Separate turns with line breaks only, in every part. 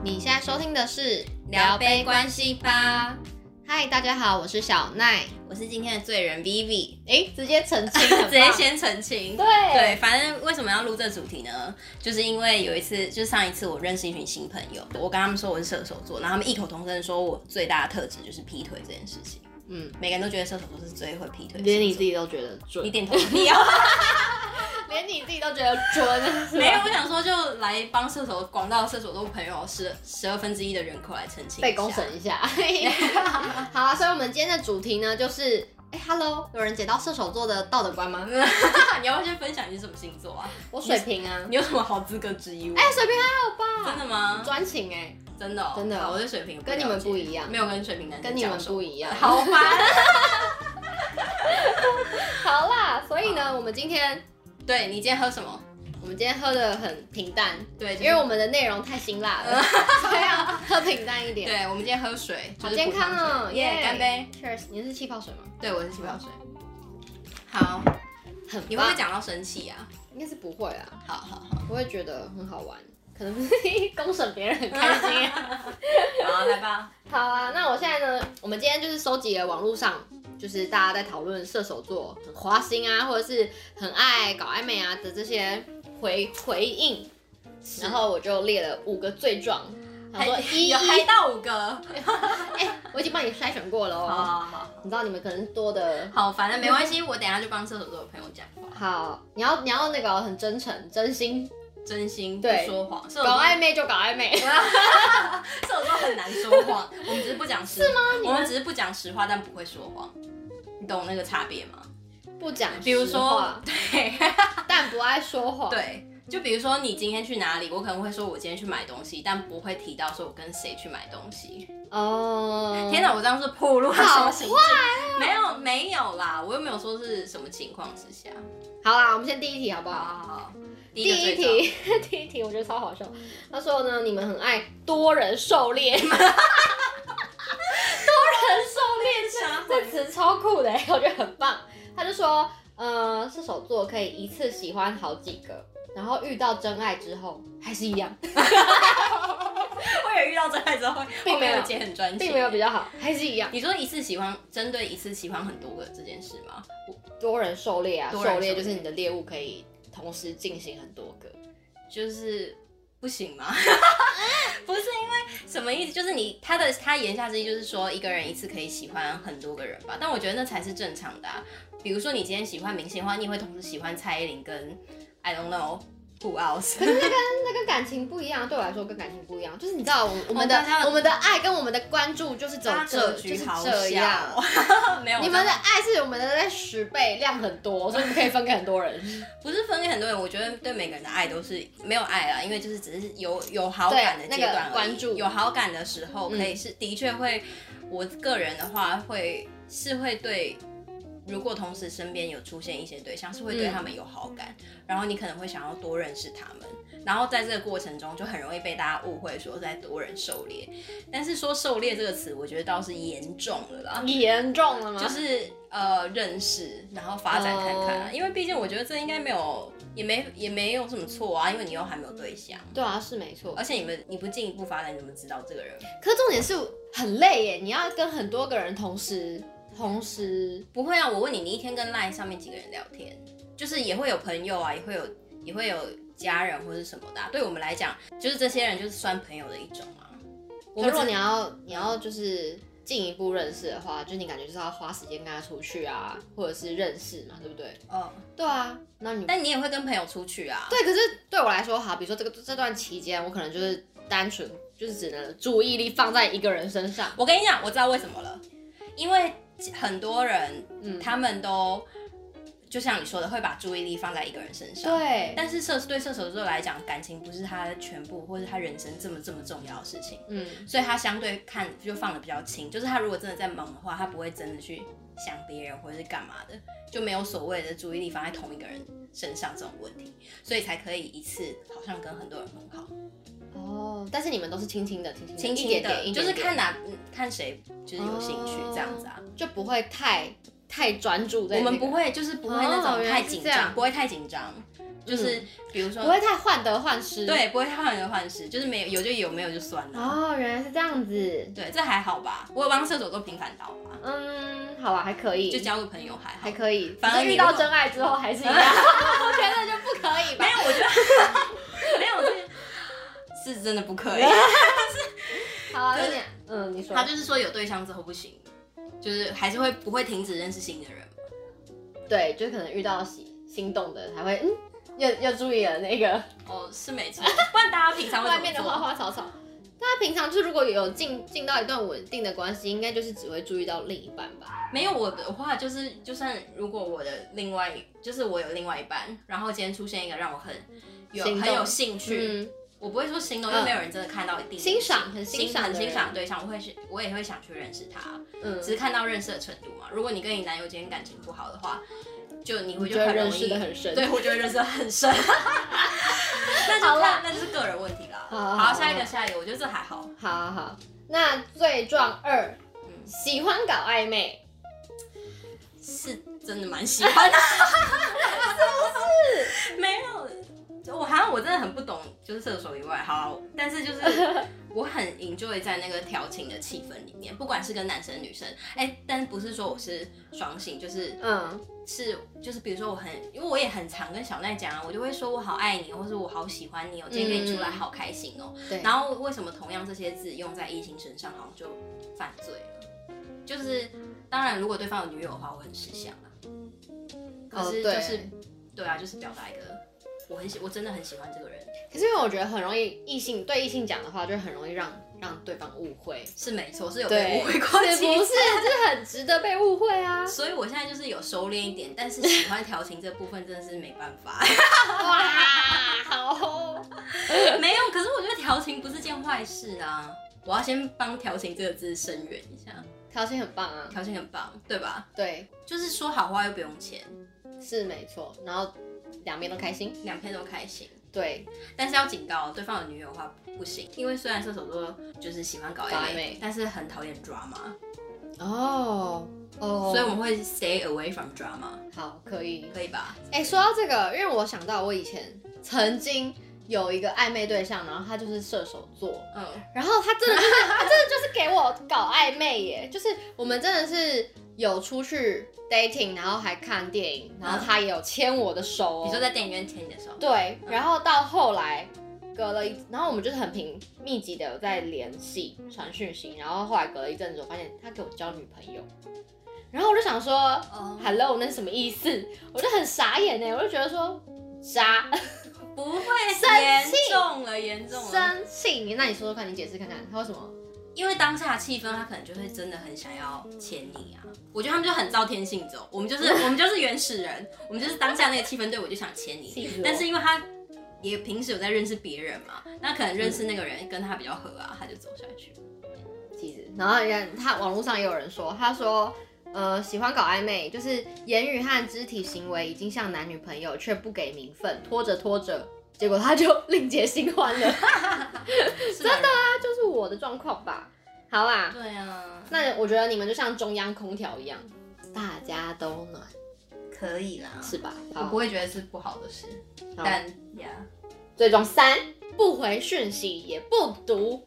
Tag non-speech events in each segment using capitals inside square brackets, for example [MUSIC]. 你现在收听的是《
聊杯关系吧》。
嗨，大家好，我是小奈。
我是今天的罪人 Vivi，，
诶，直接澄 [LAUGHS] 清
直接先澄清。
对
对，反正为什么要录这主题呢？就是因为有一次，就是上一次我认识一群新朋友，我跟他们说我是射手座，然后他们异口同声地说我最大的特质就是劈腿这件事情。
嗯，
每个人都觉得射手座是最会劈腿的星座，
连你自己都觉得准
你，点头你要
[LAUGHS] 连你自己都觉得 [LAUGHS] 准，
没有？我想说就来帮射手广大的射手座朋友十十二分之一的人口来澄清一下
被公审一 [LAUGHS] 下。好啊，所以我们今天的主题呢，就是诶 h e l l o 有人解到射手座的道德观吗？
[LAUGHS] 你要不要先分享你是什么星座啊？
我水瓶啊，
你有什么好资格质疑我？
哎、水瓶还好吧？
真的吗？
专情哎、
真的、哦，
真的
好我对水瓶了解
跟你们不一样
没有跟水瓶男生
跟你们
交手
不一样。
好
[LAUGHS]
烦。[LAUGHS]
好啦，所以呢，我们今天
对你今天喝什么？
我们今天喝的很平淡，
对，就是
因为我们的内容太辛辣 [LAUGHS] 了，所以要喝平淡一点。
对，我们今天喝水，
好
就是
健康
葡萄
哦，
水耶，干杯！
！Cheers！你是气泡水吗？
对，我是气泡水。好，
很棒
你会不会讲到生气啊？
应该是不会啦，
好好好，
我会觉得很好玩，可能 [LAUGHS] 公审别人很开心啊。 [LAUGHS]
好，来吧。
好啊，那我现在呢，我们今天就是收集了网络上。就是大家在讨论射手座很花心啊，或者是很爱搞暧昧啊的这些回回应，然后我就列了五个罪状，然后一一哎
有，嗨到五个，
我已经帮你筛选过了
好
哦。
好好，
你知道你们可能多的
好，反正没关系，我等一下就帮射手座的朋友讲话，
好，你要你要那个哦很真诚、真心，
真心不
对
说谎，射手
搞
座
暧昧就搞暧昧。
[LAUGHS] 射手座很难说谎，我们只是不讲实，是吗？我们只是不讲实话，但不会说谎，你懂那个差别吗？
不讲实话，
比如说，对
但不爱说谎。，
对，就比如说你今天去哪里，我可能会说我今天去买东西，但不会提到说我跟谁去买东西。
哦，
天哪，我这样是暴露了什
好啊
么情境？没有没有啦，我又没有说是什么情况之下。
好啦，我们先第一题好不
好
好？
好好，第
第
一个
一
最 [LAUGHS]
题， [LAUGHS] 第一题我觉得超好笑。他说呢，你们很爱多人狩
[LAUGHS]
猎，多人狩猎
早
这词超酷的，我觉得很棒。他就说，呃，射手座可以一次喜欢好几个，然后遇到真爱之后还是一样，
我有遇到真爱之后，
并
并
没
没
有
有姐很专心，
并没有比较好，还是一样。
你说一次喜欢，针对一次喜欢很多个这件事吗？
多人狩猎啊，
多人
狩
狩猎
猎就是你的猎物可以同时进行很多个。
就是不行吗？ [LAUGHS] 不是因为什么意思？就是你他的他言下之意就是说，一个人一次可以喜欢很多个人吧？但我觉得那才是正常的、啊。比如说你今天喜欢明星的话，你也会同时喜欢蔡依林跟 I don't know who else。
那跟感情不一样，对我来说跟感情不一样，就是你知道，我我们的、
大家
我们的爱跟我们的关注就是走
大家
[LAUGHS] 这
格
就
局
是
好哦
这样。
小， [LAUGHS] 没有
你们的爱是我们的在十倍量很多，所以你可以分给很多人。
不是分给很多人，我觉得对每个人的爱都是没有爱啦，因为就是只是有有好
对
感的阶段而已、
那个关注
有好感的时候可以是、的确会，我个人的话会是会对，如果同时身边有出现一些对象，是会对
嗯
他们有好感，然后你可能会想要多认识他们，然后在这个过程中就很容易被大家误会说在多人狩猎，但是说狩猎这个词，我觉得倒是严重了
[LAUGHS]
啦，
你严重了吗？
嗯就是呃认识，然后发展看看、啊因为毕竟我觉得这应该没有，也没也没有什么错啊，因为你又还没有对象，
对啊，是没错。
而且你们你不进一步发展，你怎么知道这个人？
可是重点是很累耶，你要跟很多个人同时同时
不会啊，我问你，你一天跟 LINE 上面几个人聊天？就是也会有朋友啊，也会有也会有家人或是什么的啊、对我们来讲，就是这些人就是算朋友的一种啊。
我如果你要你要就是进一步认识的话，就是你感觉就是要花时间跟他出去啊，或者是认识嘛，对不对？
哦，
对啊，那你
但你也会跟朋友出去啊。
对，可是对我来说，好，比如说这个这段期间，我可能就是单纯就是只能注意力放在一个人身上，
我跟你讲，我知道为什么了，因为很多人，
嗯
他们都就像你说的，会把注意力放在一个人身上。。
对，
但是射对射手座来讲，感情不是他的全部，或是他人生这么这么重要的事情，
嗯，
所以他相对看就放的比较轻。就是他如果真的在忙的话，他不会真的去想别人或者是干嘛的，就没有所谓的注意力放在同一个人身上这种问题，所以才可以一次好像跟很多人很好。
哦，但是你们都是轻轻的，轻轻的，
轻
一
轻
点点，一
的，
点点
就是看哪嗯看谁就是有兴趣
哦
这样子啊。
就不会太太专注在、
我们不，会，就是不会那
哦
种
原来是
太紧
这样嗯
张，不会太紧张。就是、比如
不
说
会太患得患失。，
对，不会患得患失，就是没有有就有，没有就算了。
哦，原来是这样子。
对，这还好吧？我有帮射手座平反到嘛，
嗯，好啊，还可以，
就交个朋友还好
还。可以。
反而
只是
你
遇
如
到
果
真爱之后还
[LAUGHS]
是一样，我觉得就不可以吧
没。有，我觉得没有，我觉得是真的不
[LAUGHS]
可以。
好啊，
就是
有点，嗯，你说
他就是说有对象之后不行，就是还是会不会停止认识新的人。
对，就可能遇到喜心动的才会，嗯，要要注意了那个
哦，是没错， [LAUGHS] 不然大家平常会
外
怎么
面的
做
花花草草。大家平常就是如果有进进到一段稳定的关系，应该就是只会注意到另一半吧。
没有我的话，就是就算如果我的另外就是我有另外一半，然后今天出现一个让我很有
心动
很有兴趣，
嗯，
我不会说心动，
嗯
因为没有人真的看到一定
欣赏很欣
欣
赏
很
的
欣
人
赏的对象，我会是我也会想去认识他，
嗯
只是看到认识的程度嘛。如果你跟你男友今天感情不好的话，就你会
就会
很容
认
易
识的很深。
对，我觉得人生很深。 [LAUGHS] 那
好
就
啦
看，那就是个人问题啦。
好好好
好，下一个，下一个，我觉得这还好。
好好好，那罪状二，
嗯
喜欢搞暧昧，
是真的蛮喜欢的，是不是？没有，就我好像我真的很不懂，就是射手以外，好啊，但是 [LAUGHS] 就是我很 enjoy 在那个调情的气氛里面，不管是跟男生女生，哎、但是不是说我是双性，就是
嗯，
是就是比如说我很，因为我也很常跟小奈讲啊，我就会说我好爱你，或是我好喜欢你哦，今天跟你出来好开心哦。
嗯对
然后为什么同样这些字用在异性身上，好像就犯罪了？就是当然，如果对方有女友的话，我很识相啊。可是就
哦对
是、对啊，就是表达一个我很喜，我真的很喜欢这个人，
可是因为我觉得很容易异性对异性讲的话，就很容易让让对方误会。
是没错，是有
对，
被误会过
是
几
不
次！
是？这很值得被误会啊
[LAUGHS] 所以我现在就是有收敛一点，但是喜欢调情这部分真的是没办法。
哇， [LAUGHS] 好哦，
[LAUGHS] 没有，可是我觉得调情不是件坏事啊。我要先帮“调情”这个字声援一下，
调情很棒啊！
调情很棒，对吧？
对，
就是说好话又不用钱，
是没错。然后两边都开心，
两边都开心。
对，
但是要警告，对方有女友的话不行，因为虽然射手座就是喜欢搞
搞暧
暧昧
昧，
但是很讨厌 drama，、
哦哦，
所以我们会 stay away from drama，
好可以。
可以吧？
哎、说到这个，因为我想到我以前曾经有一个暧昧对象，然后他就是射手座，
嗯，
然后他真的就是他真的就是给我搞暧昧耶， [LAUGHS] 就是我们真的是有出去 dating，然后还看电影，然后他也有牵我的手、哦。
你说在电影院听的时候，
对，然后到后来隔了一，然后我们就是很频密集的有在联系、传讯息，然后后来隔了一阵子，我发现他给我交女朋友，然后我就想说
哦、
，hello，那是什么意思？我就很傻眼呢，我就觉得说渣，
不会，严
生气
重了，严重了，
生气。那你说说看，你解释看看，他为什么？
因为当下的气氛，他可能就会真的很想要牵你啊。我觉得他们就很照天性走，我们就是我们就是原始人，我们就是当下那个气氛对我就想牵你，
气死我
但是因为他。也平时有在认识别人嘛，那可能认识那个人跟他比较合啊，他就走下去。
其实，然后人他网络上也有人说，他说。呃，喜欢搞暧昧，就是言语和肢体行为已经像男女朋友，却不给名分，拖着拖着，结果他就另结新欢 [LAUGHS] 了。
真的
啊就是我的状况吧。好啦，
对啊，
那我觉得你们就像中央空调一样，大家都暖，
可以啦，
是吧？
我
好，
不会觉得是不好的事，
好
但呀，
最终三不回讯息也不
[LAUGHS]
读，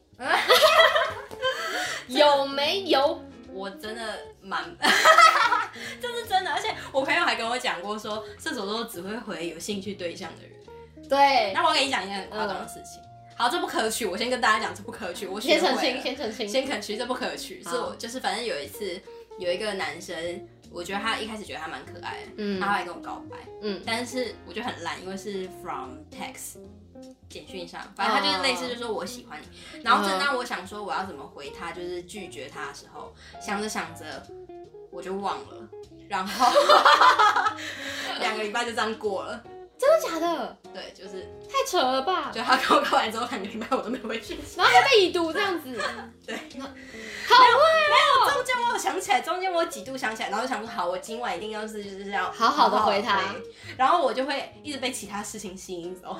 有没有？
我真的蛮， [LAUGHS] 这是真的，而且我朋友还跟我讲过说，射手座只会回有兴趣对象的人。
对，
那我跟你讲一件很夸张的事情，好，这不可取，我先跟大家讲，这不可取，我学
先
会
澄
了
清，先澄清，
先肯去，这不可取。
好
是我就是反正有一次有一个男生，我觉得他一开始觉得他蛮可爱的，
嗯
然后来跟我告白，
嗯
但是我就很烂，因为是 from text 简讯上，反正他就是
哦
类似就说我喜欢你，然
嗯
后正当我想说我要怎么回他，就是拒绝他的时候，想着想着我就忘了，然后 [LAUGHS] 两个礼拜就这样过了。
真的假的？
对，就是
太扯了吧！
就他跟我告白之后两个礼拜我都没回去。
然后还被已读这样子，
对，
好哦
中间我有想起来，中间我有几度想起来，然后就想说好，我今晚一定要是就是要
好好地回他
好好地回，然后我就会一直被其他事情吸引走，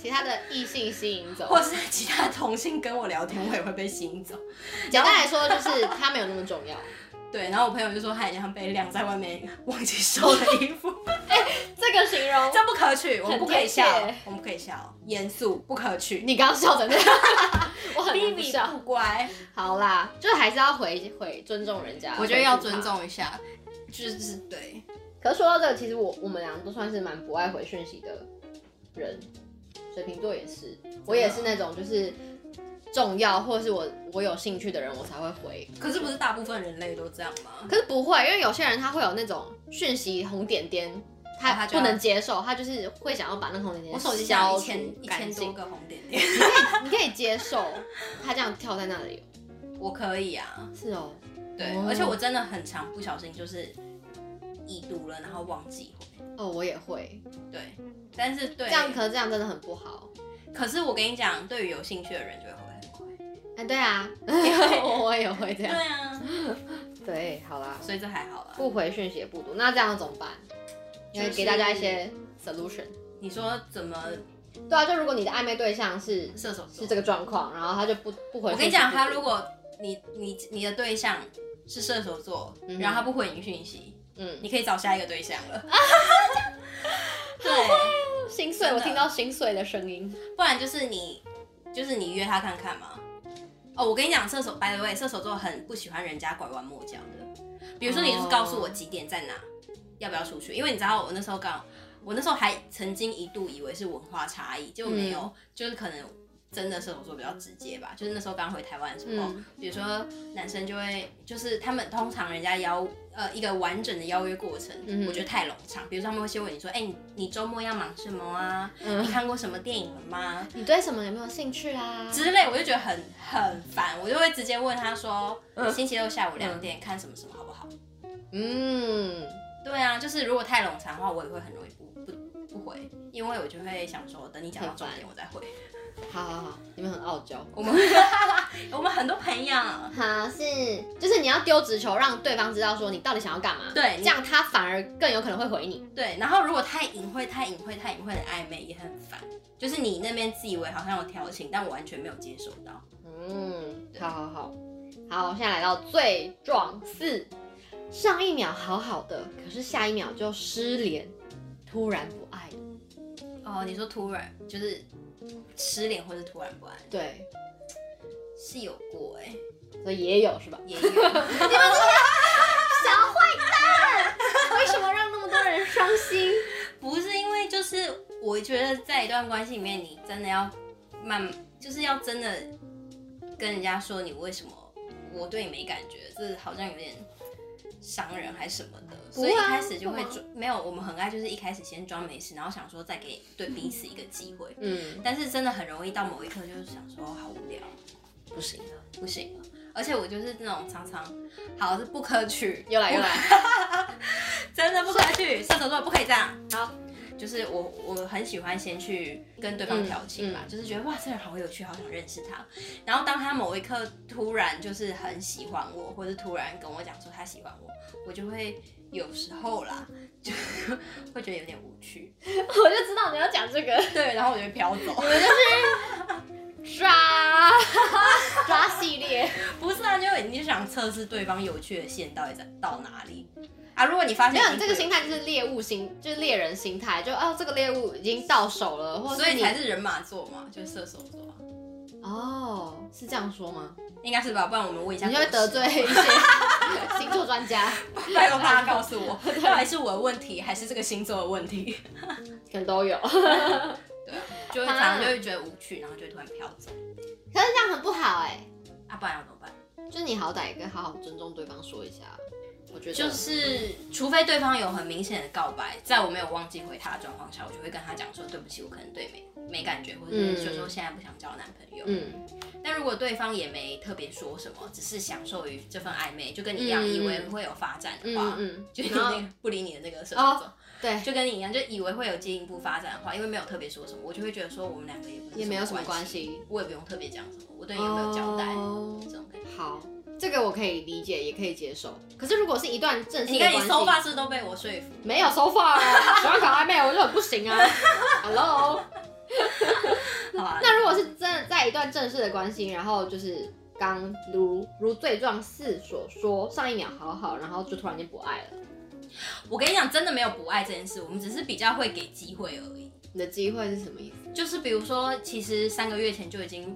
其他的异性吸引走。
或是其他同性跟我聊天，我也会被吸引走。
简单来说，就是他没有那么重要。
对，然后我朋友就说他很像被晾在外面忘记收的衣服， [LAUGHS]
这这个形容
这，样不可取，我们不可以笑
很贴切，
我们不可以笑，严肃不可取。
你刚刚笑成这
[LAUGHS]
样，我很难不
Vivi
笑。
不乖，
好啦，就是还是要回回尊重人家，
我觉得要尊
回复他。
重一下，就是对，
可是说到这个，其实我我们俩都算是蛮不爱回讯息的人，水瓶座也是，
啊
我也是那种就是重要或是我我有兴趣的人我才会回，
可是不是大部分人类都这样吗？
可是不会，因为有些人他会有那种讯息红点点，
哦他
他
就
不
要
能接受，他就是会想要把那个红点点
我手机上
消
有一
除
千一
干
千多
净。
个红 [LAUGHS] 点点，
你可以你可以接受他这样跳在那里，
我可以啊，
是哦，
对，
哦
而且我真的很常不小心就是已读了，然后忘记回，
哦我也会
对，但是对
这样，可是这样真的很不好。
可是我跟你讲，对于有兴趣的人就会回很快，
哎，对
[LAUGHS]
啊， [LAUGHS] 我我也会这样。
对啊，
对，好啦，
所以这还好啦。
不回讯息也不读，那这样怎么办？
就是
给大家一些 solution。
你说怎么
对啊，就如果你的暧昧对象是
射手
是
座？
这个状况，然后他就不不回
我
讯息不读，
跟你讲，他如果你你你的对象是射手座，
嗯
然后他不回你讯息，
嗯
你可以找下一个对象了。对，
心碎，
真
我
的
听到心碎的声音。
不然就是你就是你约他看看嘛。哦，我跟你讲，射手 by the way，射手座很不喜欢人家拐弯抹角的。比如说，你就是告诉我几点在哪要不要出去，因为你知道我那时候刚，我那时候还曾经一度以为是文化差异，结果没有，就是可能真的射手座比较直接吧。就是那时候刚回台湾的时候，
嗯
比如说男生就会，就是他们通常人家邀呃一个完整的邀约过程，
嗯
我觉得太冗长。比如说他们会先问你说，哎、你你周末要忙什么啊？
嗯
你看过什么电影了吗？
你对什么有没有兴趣啊？
之类，我就觉得很很烦，我就会直接问他说，
嗯
星期六下午两点看什么什么好不好？
嗯，
对啊，就是如果太冗长的话，我也会很容易不不不回，因为我就会想说，等你讲到重点我再回。
好好好，你们很傲娇。
我们我们很多朋友，啊
好是，就是你要丢直球，让对方知道说你到底想要干嘛。
对
这
你
样他反而更有可能会回你。
对，然后如果太隐晦、太隐晦、太隐晦的暧昧也很烦，就是你那边自以为好像有调情，但我完全没有接收到。
嗯，
对
好好好，好，现在来到最壮四，上一秒好好的，可是下一秒就失联，突然不爱了。
哦，你说突然就是失联或是突然不安，
对，
是有过哎、
所以也有是吧？
也
小
有。 [LAUGHS]
坏蛋， [LAUGHS] 为什么让那么多人伤心？
不是因为就是我觉得在一段关系里面，你真的要慢，就是要真的跟人家说你为什么我对你没感觉，这好像有点伤人还是什么的，
不
所
会啊
以一开始就会
干嘛
装没有，我们很爱就是一开始先装没事，然后想说再给对彼此一个机会，
[LAUGHS] 嗯，
但是真的很容易到某一刻就是想说好无聊，
不行了，
不行了，而且我就是那种常常好是不可取，
又来又来。
真的不可取，射手座不可以这样。
好，
就是我我很喜欢先去跟对方调情吧，
嗯嗯
就是觉得哇这人好有趣，好想认识他。然后当他某一刻突然就是很喜欢我，或者突然跟我讲说他喜欢我，我就会有时候啦，就 [LAUGHS] 会觉得有点无趣，
我就知道你要讲这 [LAUGHS] 个。
对，然后我就会飘走。
抓 [LAUGHS] 抓系 [LAUGHS] 列，
[LAUGHS] 不是啊，因为你就想测试对方有趣的线到底在到哪里啊？如果你发
没
现
有你这个心
态，
态就是猎物心，就是猎人心态，就哦这个猎物已经到手了，或者
所
是
以
你
才是人马座嘛，就是射手座啊，
哦是这样说吗？
应该是吧？不然我们问一
你
下，
就会得
[LAUGHS]
罪一些星座专家，
拜托他告诉我， [LAUGHS] 到底是我的问题还是这个星座的问题？
可能都有。
对啊，就会常常就会觉得无趣，然后就会突然飘走。
可是这样很不好哎、
啊，不然要怎么办？
就是你好歹也跟好好尊重对方说一下，我觉得
就是除非对方有很明显的告白，在我没有忘记回他的状况下，我就会跟他讲说对不起，我可能对没没感觉，或者
嗯
是就说现在不想交男朋友。
嗯
但如果对方也没特别说什么，只是享受于这份暧昧，就跟你一样，
嗯
以为会有发展的话
嗯，嗯，
就你
然
那
后
个不理你的那个射手
哦
座，
对
就跟你一样，就以为会有进一步发展的话，因为没有特别说什么，我就会觉得说我们两个也不是
也没有什么
关
关，系，
我也不用特别讲什么，我对你有没有交代、
哦
这种感觉。
好，这个我可以理解，也可以接受。可是如果是一段正式
你
的
看
关
你
系，
收发是都被我说服，
没有收放啊，喜欢搞暧昧，我就很不行啊。Hello， [LAUGHS]
好啊。
那如果是真的在一段正式的关系，然后就是刚如如罪状四所说，上一秒好好，然后就突然间不爱了，
我跟你讲，真的没有不爱这件事，我们只是比较会给机会而已。
你的机会是什么意思？
就是比如说，其实三个月前就已经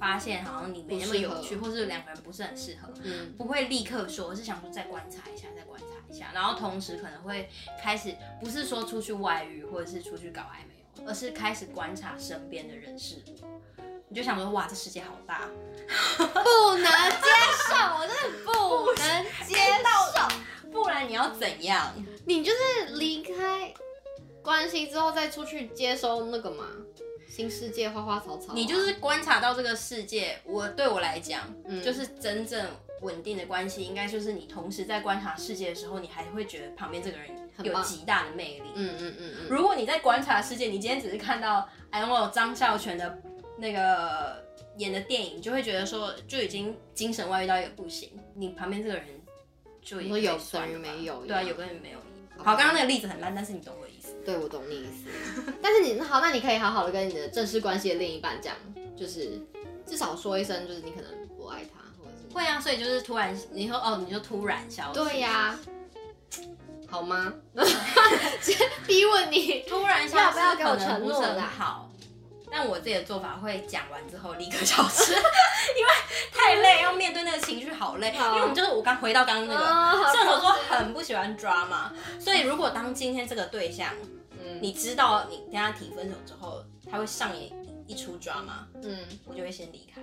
发现，好像你没那么有趣，或是两个人不是很适合，
嗯，
不会立刻说，是想说再观察一下，再观察一下，然后同时可能会开始，不是说出去外遇或者是出去搞暧昧哦，而是开始观察身边的人事物。你就想说，哇，这世界好大，
不能接受，我真的不能接受。
不然你要怎样？
你就是离开关系之后再出去接收那个嘛，新世界花花草草啊、
你就是观察到这个世界，我对我来讲，
嗯
就是真正稳定的关系，应该就是你同时在观察世界的时候，你还会觉得旁边这个人
很
有
棒
极大的魅力。
嗯嗯嗯嗯，
如果你在观察世界，你今天只是看到 I don't know 张孝全的那个演的电影，你就会觉得说就已经精神外遇到一个不行，你旁边这个人就也
你说有
可以算了
等于
吧
没有一样
对啊，有跟没有一样。
吧
好，刚刚那个例子很烂，但是你懂我的意思。
嗯对我懂你意思。 [LAUGHS] 但是你好，那你可以好好的跟你的正式关系的另一半讲，就是至少说一声，就是你可能不爱他，或者是
会啊，所以就是突然，你说哦，你就突然消失，
对呀、好吗？ [LAUGHS] 逼问你，
突然消
要
失
不要给我
可能
承
不
诺
是很
啦
好。但我自己的做法会讲完之后立刻消失， [LAUGHS] 因为太累，要面对那个情绪好累。
好
因为我们就是我刚回到刚刚那个，
啊嗯好
射手座
抱歉
很不喜欢 drama，所以如果当今天这个对象，
嗯
你知道你跟他提分手之后，他会上演一出 drama，
嗯，
我就会先离开。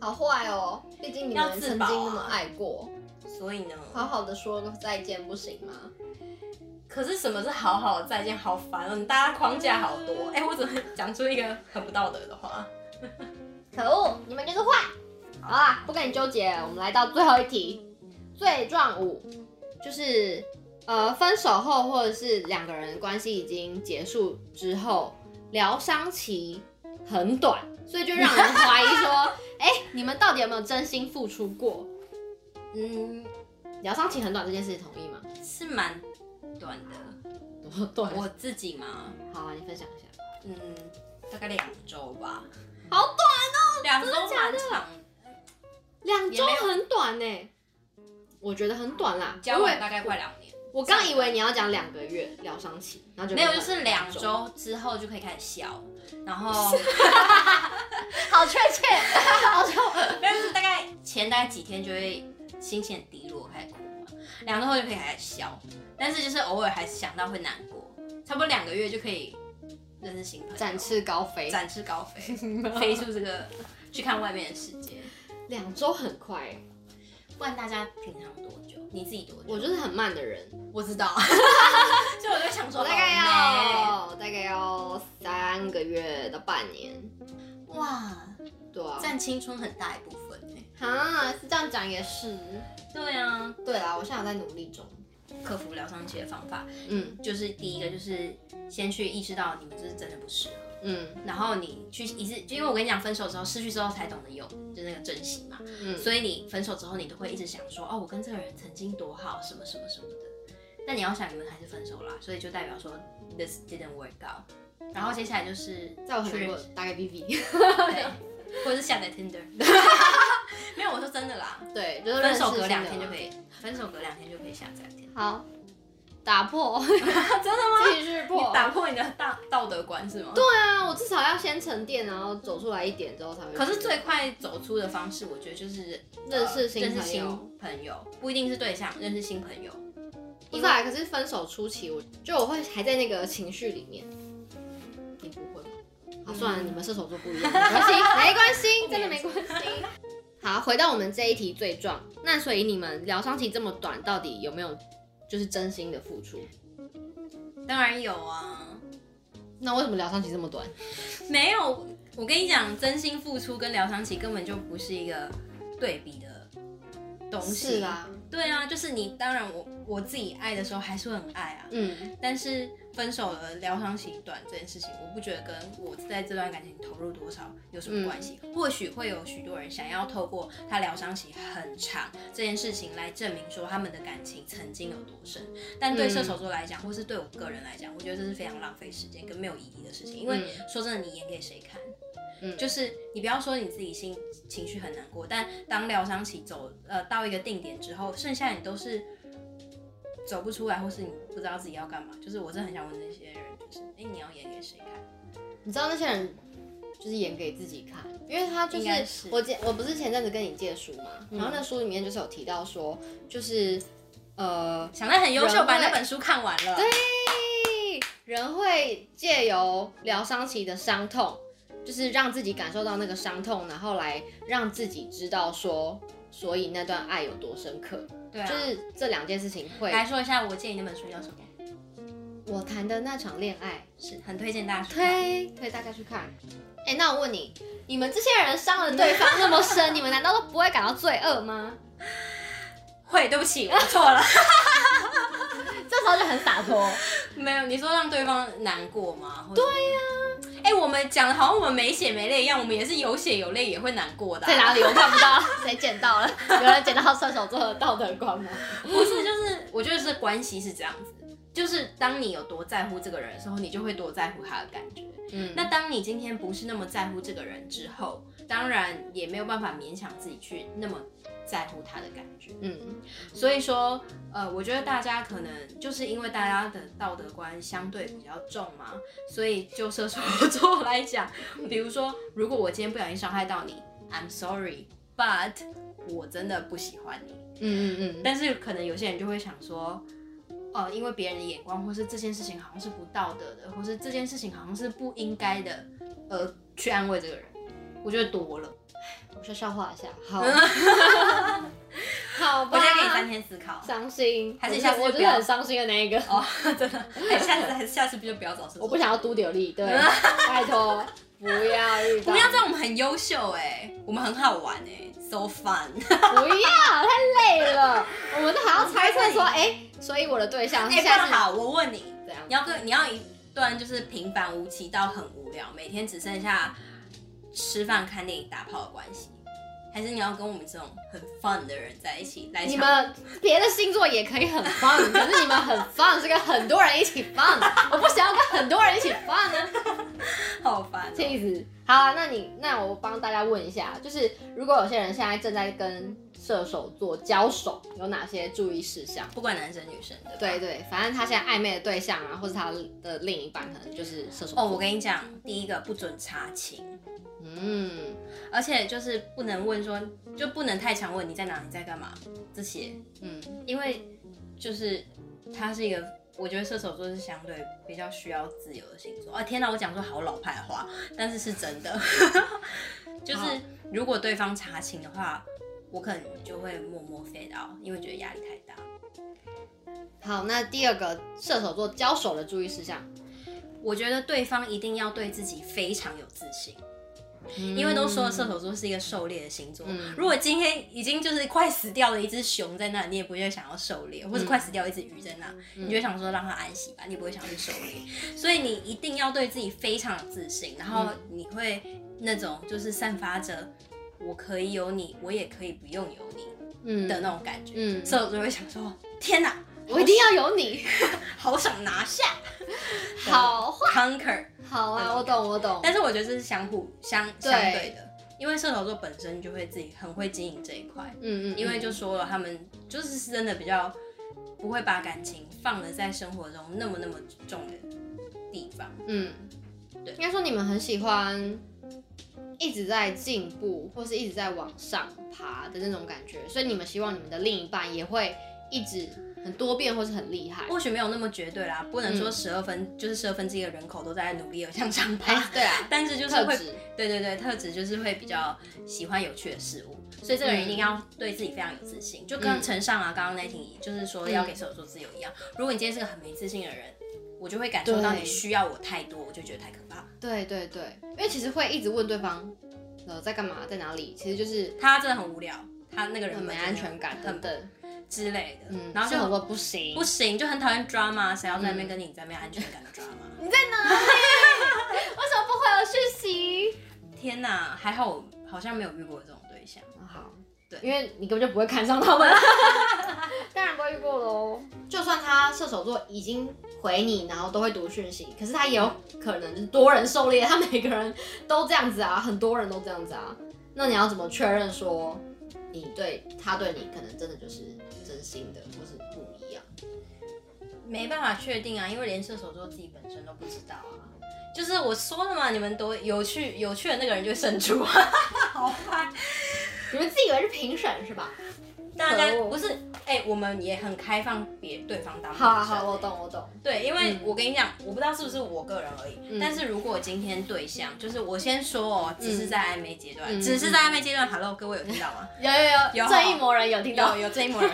好坏哦，毕竟你
要
们
自
曾经
保啊
那么爱过，
所以呢，
好好的说个再见不行吗？
可是什么是好好的再见？好烦哦，你大家框架好多。 [LAUGHS] 哎、我怎么讲出一个很不道德的话？
可恶，你们就是坏。好啦，不跟你纠结了，我们来到最后一题，罪状五，就是呃分手后或者是两个人关系已经结束之后，疗伤期很短，所以就让人怀疑说， [LAUGHS] 哎、你们到底有没有真心付出过？
嗯，
疗伤期很短这件事，你同意 [LAUGHS] 吗？
是蛮短的。
多短
我自己嘛，
好啊，你分享一下。
嗯，大概两周吧，
好短哦，
两周
真的假
蛮
的
长，
两
也
周
没有
很短呢，我觉得很短啦。
交
因
往
为
大概快两年。
我刚以为你要讲两个月疗伤期，然后就
没有，
短
就是两周之后就可以开始笑，
[LAUGHS]
然后。
好确切，好确
但是大概前大概几天就会心情很低落，开始哭嘛，两周后就可以开始笑，但是就是偶尔还是想到会难过，差不多两个月就可以认识新朋友，
展翅高飞，
展翅高飞，飞出这个去看外面的世界。
两周很快，
问大家平常多久？你自己多久？
我就是很慢的人，
我知
[LAUGHS]
道，所以我就想说，
我大概
好
要大概要三个月到半年，
累哇，
对啊，
占青春很大一部分欸
啊是这样讲也是，
对啊，
对啦，我现在有在努力中，
克服疗伤期的方法
嗯
就是第一个就是先去意识到你们就是真的不适合。
嗯
然后你去一次，就因为我跟你讲，分手之后失去之后才懂得有，就是那个珍惜嘛。
嗯，
所以你分手之后，你都会一直想说，哦，我跟这个人曾经多好，什么什么什么的。但你要想，你们还是分手啦，所以就代表说 this didn't work out。然后接下来就是
在我很难
去
过，大概 B
[LAUGHS]
B，
对，或者是下载 Tinder。没有，我说真的啦，
对，就是
分手隔两
认识新
天就
的
可以，分手隔两天就可以下载 Tinder。
好打破，
[LAUGHS] 真的吗？
继续
你
破。
打破你的大道德观是吗？对。
对啊，我至少要先沉淀，然后走出来一点之后才会。
可是最快走出的方式，我觉得就是呃
认识新
认识
朋友
新朋友，不一定是对象，认识新朋友。
不是啊，可是分手初期，我就我会还在那个情绪里面。你不会吗？好，算了，你们射手座不 [LAUGHS] 一样，没关系，没关系，真的没关系。好，回到我们这一题罪状，那所以你们疗伤期这么短，到底有没有就是真心的付出？
当然有啊，
那为什么疗伤期这么短？
没有，我跟你讲，真心付出跟疗伤期根本就不是一个对比的东西。
是啦，
对啊，就是你，当然我我自己爱的时候还是会很爱啊，
嗯，
但是分手了疗伤期短这件事情，我不觉得跟我在这段感情投入多少有什么关系。
嗯
或许会有许多人想要透过他疗伤期很长这件事情来证明说他们的感情曾经有多深，但对
嗯
射手座来讲，或是对我个人来讲，我觉得这是非常浪费时间跟没有意义的事情。因为
嗯
说真的，你演给谁看？
嗯
就是你不要说你自己心情绪很难过，但当疗伤期走呃到一个定点之后，剩下你都是走不出来，或是你不知道自己要干嘛，就是我真的很想问那些人，就是哎、你要演给谁看？
你知道那些人就是演给自己看，因为他就
应该
是嗯
是
我前我不是前阵子跟你借书嘛，然后那书里面就是有提到说，就是呃，
想得很优秀，把
人类
那本书看完了。对，
嘿人会借由疗伤期的伤痛，就是让自己感受到那个伤痛，然后来让自己知道说，所以那段爱有多深刻，
对啊。
就是这两件事情会。
来说一下，我借你那本书叫什么？
我谈的那场恋爱，
是很推荐大家去看。
推推大家去看。哎、那我问你，你们这些人伤了对方那么深， [LAUGHS] 你们难道都不会感到罪恶吗？
会，对不起，我错了。 [LAUGHS]
这时候就很洒脱。
没有，你说让对方难过吗？对呀、哎、我们讲的好像我们没血没泪一样，我们也是有血有泪，也会难过的、啊
在哪里？我看不到， [LAUGHS] 谁捡到了？有人捡到射手座的道德观 [LAUGHS] 吗？
不是，就是我觉得是关系是这样子，就是当你有多在乎这个人的时候，你就会多在乎他的感觉。
嗯，
那当你今天不是那么在乎这个人之后，当然也没有办法勉强自己去那么在乎他的感觉。
嗯，
所以说，呃，我觉得大家可能就是因为大家的道德观相对比较重嘛，所以就射手座 [LAUGHS] 来讲，比如说，如果我今天不小心伤害到你，I'm sorry，but 我真的不喜欢你。
嗯嗯嗯，
但是可能有些人就会想说，呃，因为别人的眼光，或是这件事情好像是不道德的，或是这件事情好像是不应该的，而去安慰这个人，我觉得多了。
我说消化一下，好，
嗯
[LAUGHS] 好吧，
我再给你三天思考。
伤心，
还是
我
下次
我
就
就
不
是
要
很伤心的那一个，
哦，真的，哎 [LAUGHS] 下次还是下次不就不要找射手座？
我不想要嘟丢力，对，拜托不要遇到，
嗯不要这样，我们很优秀哎、我们很好玩哎、s o fun。
不要，太累了，我们都还要猜测说，哎、所以我的对象
哎、不
下次
好，我问你，
怎样？
你要跟你要一段就是平凡无奇到很无聊，每天只剩下吃饭、看电影、打炮的关系，还是你要跟我们这种很 fun 的人在一起来
你
一场？
们别的星座也可以很放，可是你们很放是跟很多人一起
[LAUGHS]
放，我不想要跟很多人一起放啊呢、
好烦、
这样子，好啊，那你那我帮大家问一下，就是如果有些人现在正在跟射手座交手，有哪些注意事项？
不管男生女生的。
对对，反正他现在暧昧的对象啊，或者他的另一半，可能就是射手座。
哦，我跟你讲，第一个不准查情，
嗯，
而且就是不能问说，就不能太常问你在哪，你在干嘛这些。
嗯
因为就是他是一个，我觉得射手座是相对比较需要自由的星座。啊，天哪，我讲出好老派的话，但是是真的。 [LAUGHS] 就是
好
如果对方查情的话，我可能就会默默 fade out，因为觉得压力太大。
好，那第二个射手座交手的注意事项，
我觉得对方一定要对自己非常有自信，因为都说了射手座是一个狩猎的星座。
嗯
如果今天已经就是快死掉的一只熊在那，你也不会想要狩猎，或者快死掉一只鱼在那，
嗯
你就会想说让它安息吧，你也不会想去狩猎。所以你一定要对自己非常有自信，然后你会那种就是散发着我可以有你，我也可以不用有你
嗯
的那种感觉。
嗯
射手座会想说：天哪，
我一定要有你，
好想拿下
好话，
，conquer。
好啊，我懂我懂，
但是我觉得这是相互相
对
相对的，因为射手座本身就会自己很会经营这一块，
嗯嗯，
因为就说了他们就是是真的比较不会把感情放的在生活中那么那么重的地方。
嗯，
对
应该说你们很喜欢一直在进步或是一直在往上爬的那种感觉，所以你们希望你们的另一半也会一直很多变或是很厉害。
或许没有那么绝对啦，不能
嗯
说十二分、就是十二分之一的人口都在努力的向上爬，
哎、对 [LAUGHS] 啊，
但是就是
特
会
质，
对对对，特质就是会比较喜欢有趣的事物，所以这个人一定要对自己非常有自信，就
嗯
跟陈尚啊刚刚那题就是说要给射手座自由一样。如果你今天是个很没自信的人，我就会感受到
对
你需要我太多，我就觉得太可怕。
对对对，因为其实会一直问对方，呃，在干嘛，在哪里，其实就是
他真的很无聊，他那个人
很没
本身
安全感等
很
等，
之类的，
嗯，
然后
射手
就嗯
座不行，
不行，就很讨厌 drama，谁要在那边跟你在那边安全感 drama？ [LAUGHS]
为什么不回我讯息？
天哪，还好我好像没有遇过这种对象。
嗯好，
对
因为你根本就不会看上他 [LAUGHS] 们，当然不会遇过喽。就算他射手座已经回你，然后都会读讯息，可是他也有可能就是多人狩猎，他每个人都这样子啊，很多人都这样子啊。那你要怎么确认说你对他对你可能真的就是真心的，或是不一样？
没办法确定啊，因为连射手座自己本身都不知道啊。就是我说了嘛，你们都有趣有趣的那个人就会胜出，啊好坏。
你们自以为是评审是吧？
[LAUGHS] 大家
可恶
不是哎、我们也很开放别对方当
好啊
评审
好，我懂我懂。
对，因为
嗯
我跟你讲，我不知道是不是我个人而已，
嗯
但是如果今天对象就是我先说哦，只是在暧昧阶段，
嗯
只是在暧昧阶段，Hello，各位有听到吗？
有有
有
有，正义魔人有听到 [LAUGHS]
有，有这一幕人，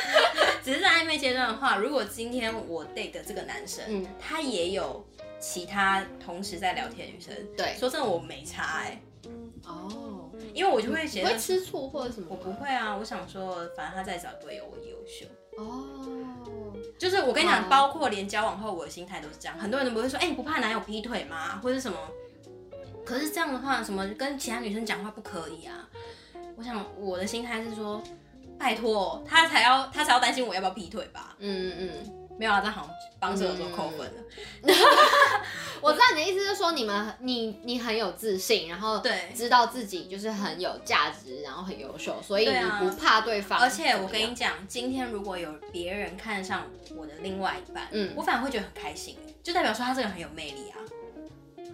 [LAUGHS] 只是在暧昧阶段的话，如果今天我 date 的这个男生，
嗯
他也有其他同时在聊天的女生，
对
说真的我没差哎、
哦，
因为我就会觉
你
得
会吃醋或者什么
我
吗？
不会啊，我想说，反正他再找也不会有我优秀。
哦，
就是我跟你讲，
哦
包括连交往后，我的心态都是这样。很多人都不会说，哎、你不怕男友劈腿吗？或者什么？可是这样的话，什么跟其他女生讲话不可以啊？我想我的心态是说，拜托，他才要他才要担心我要不要劈腿吧？
嗯嗯，
没有啊，这好像帮射手座扣分了。
我知道你的意思是说你们你你很有自信，然后
对
知道自己就是很有价值，然后很优秀，所以
对
你
啊
不怕对方。
而且我跟你，讲，今天如果有别人看上我的另外一半，
嗯
我反而会觉得很开心，就代表说他这个人很有魅力啊。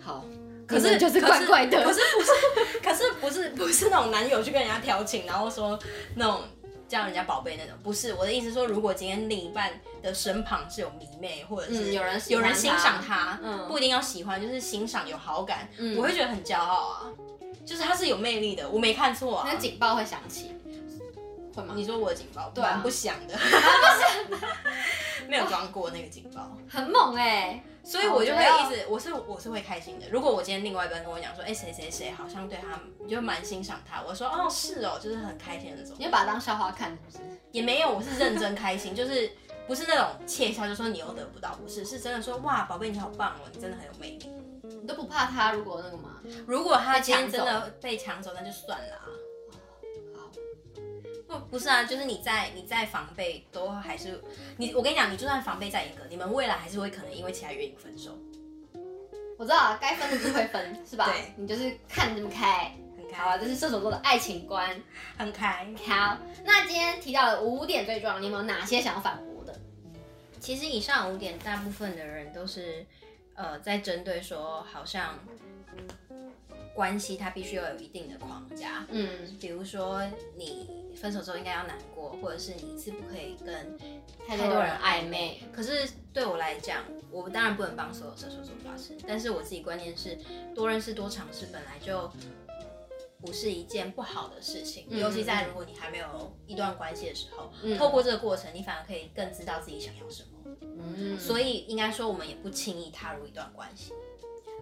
好，
可
你
是
们就是怪怪的，
可是不是， [LAUGHS] 可是不是 [LAUGHS] 不是那种男友去跟人家调情，然后说那种叫人家宝贝那种，不是我的意思是说，如果今天另一半的身旁是有迷妹，或者是
嗯有人喜
有
欢
人欣赏
他
他，
嗯
不一定要喜欢，就是欣赏有好感，
嗯
我会觉得很骄傲啊，就是他是有魅力的，我没看错啊
那。警报会响起，会吗？
你说我的警报，
对啊
蛮不响的， [LAUGHS] 没有装过那个警 [LAUGHS] 报。
很猛哎、
所以我就会一直，我是我是会开心的。如果我今天另外一半跟我讲说，哎、谁谁谁好像对他就蛮欣赏他，我说哦是哦，就是很开心的 [LAUGHS] 那种
你，就把它当笑话看，是不是？
也没有，我是认真开心，就是不是那种窃笑，就说你又得不到，不是，是真的说哇宝贝你好棒哦，你真的很有魅力。
你都不怕他如果那个吗？
如果他今天
被抢
真
走
的被抢走，那就算了、啊。
好，
不不是啊，就是你在你在防备都还是你，我跟你讲，你就算防备再严格，你们未来还是会可能因为其他原因分手，
我知道啊，该分的就会分，是吧？
对
你就是看这么开。
很
好啊，
开
这是射手座的爱情观。
很开。
好，那今天提到了五点罪状，你有没有哪些想要反驳的？
其实以上五点，大部分的人都是呃在针对说，好像关系它必须要有一定的框架，
嗯，
比如说你分手之后应该要难过，或者是你是不可以跟
太多人暧昧。
可是对我来讲，我当然不能帮所有射手座发声，但是我自己观念是，多认识多尝试本来就不是一件不好的事情，
嗯
尤其在如果你还没有一段关系的时候，
嗯
透过这个过程，你反而可以更知道自己想要什么。
嗯，
所以应该说，我们也不轻易踏入一段关系，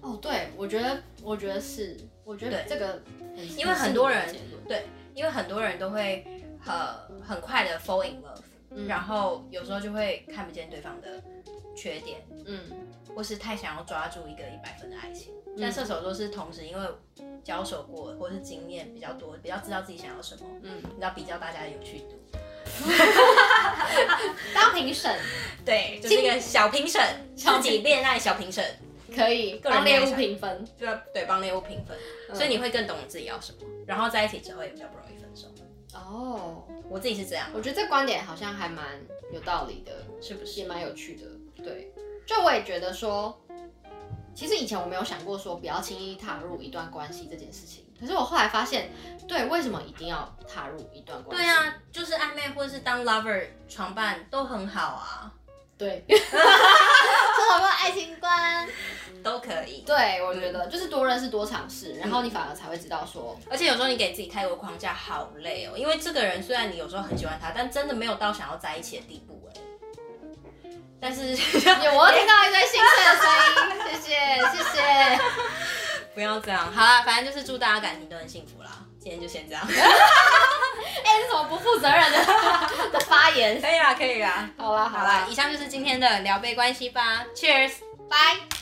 哦，对，我觉得，我觉得是，我觉得
对
这个，
因为很多人
是你的结论
对，因为很多人都会呃很快的 fall in love，、
嗯
然后有时候就会看不见对方的缺点，
嗯
或是太想要抓住一个一百分的爱情。但射手座是同时因为交手过或是经验比较多，比较知道自己想要什么，
嗯，
你知道比较大家的有趣度，
当评审
对，就是一个小评审，
小
自
评
己恋爱小评审，
可以
[LAUGHS] 个人
当猎
内
物
向
评分，
对吧对，帮猎物评分，所以你会更懂自己要什么，然后在一起之后也比较不容易分手。
哦，
我自己是这样，
我觉得这观点好像还蛮有道理的，
是不是？
也蛮有趣的。对，就我也觉得说，其实以前我没有想过说不要轻易踏入一段关系这件事情，可是我后来发现，对，为什么一定要踏入一段关系？
对，啊，就是暧昧或者是当 lover 床伴都很好啊，
对，说到爱情观，
[LAUGHS] 都可以。
对我觉得就是多认识多尝试，然后你反而才会知道说，
而且有时候你给自己太多框架，好累哦。因为这个人虽然你有时候很喜欢他，但真的没有到想要在一起的地步哎。但是 [LAUGHS]
哎我又听到一堆兴奋 [LAUGHS] 的声音，谢谢谢谢。
不要这样，好啦，反正就是祝大家感情都很幸福啦。今天就先这样，
哎、这是什么不负责任 [LAUGHS] 的的发言？
可以啦，可以啦。
好啦好
好啦，
啦，
以上就是今天的聊杯关系吧，Cheers。
拜。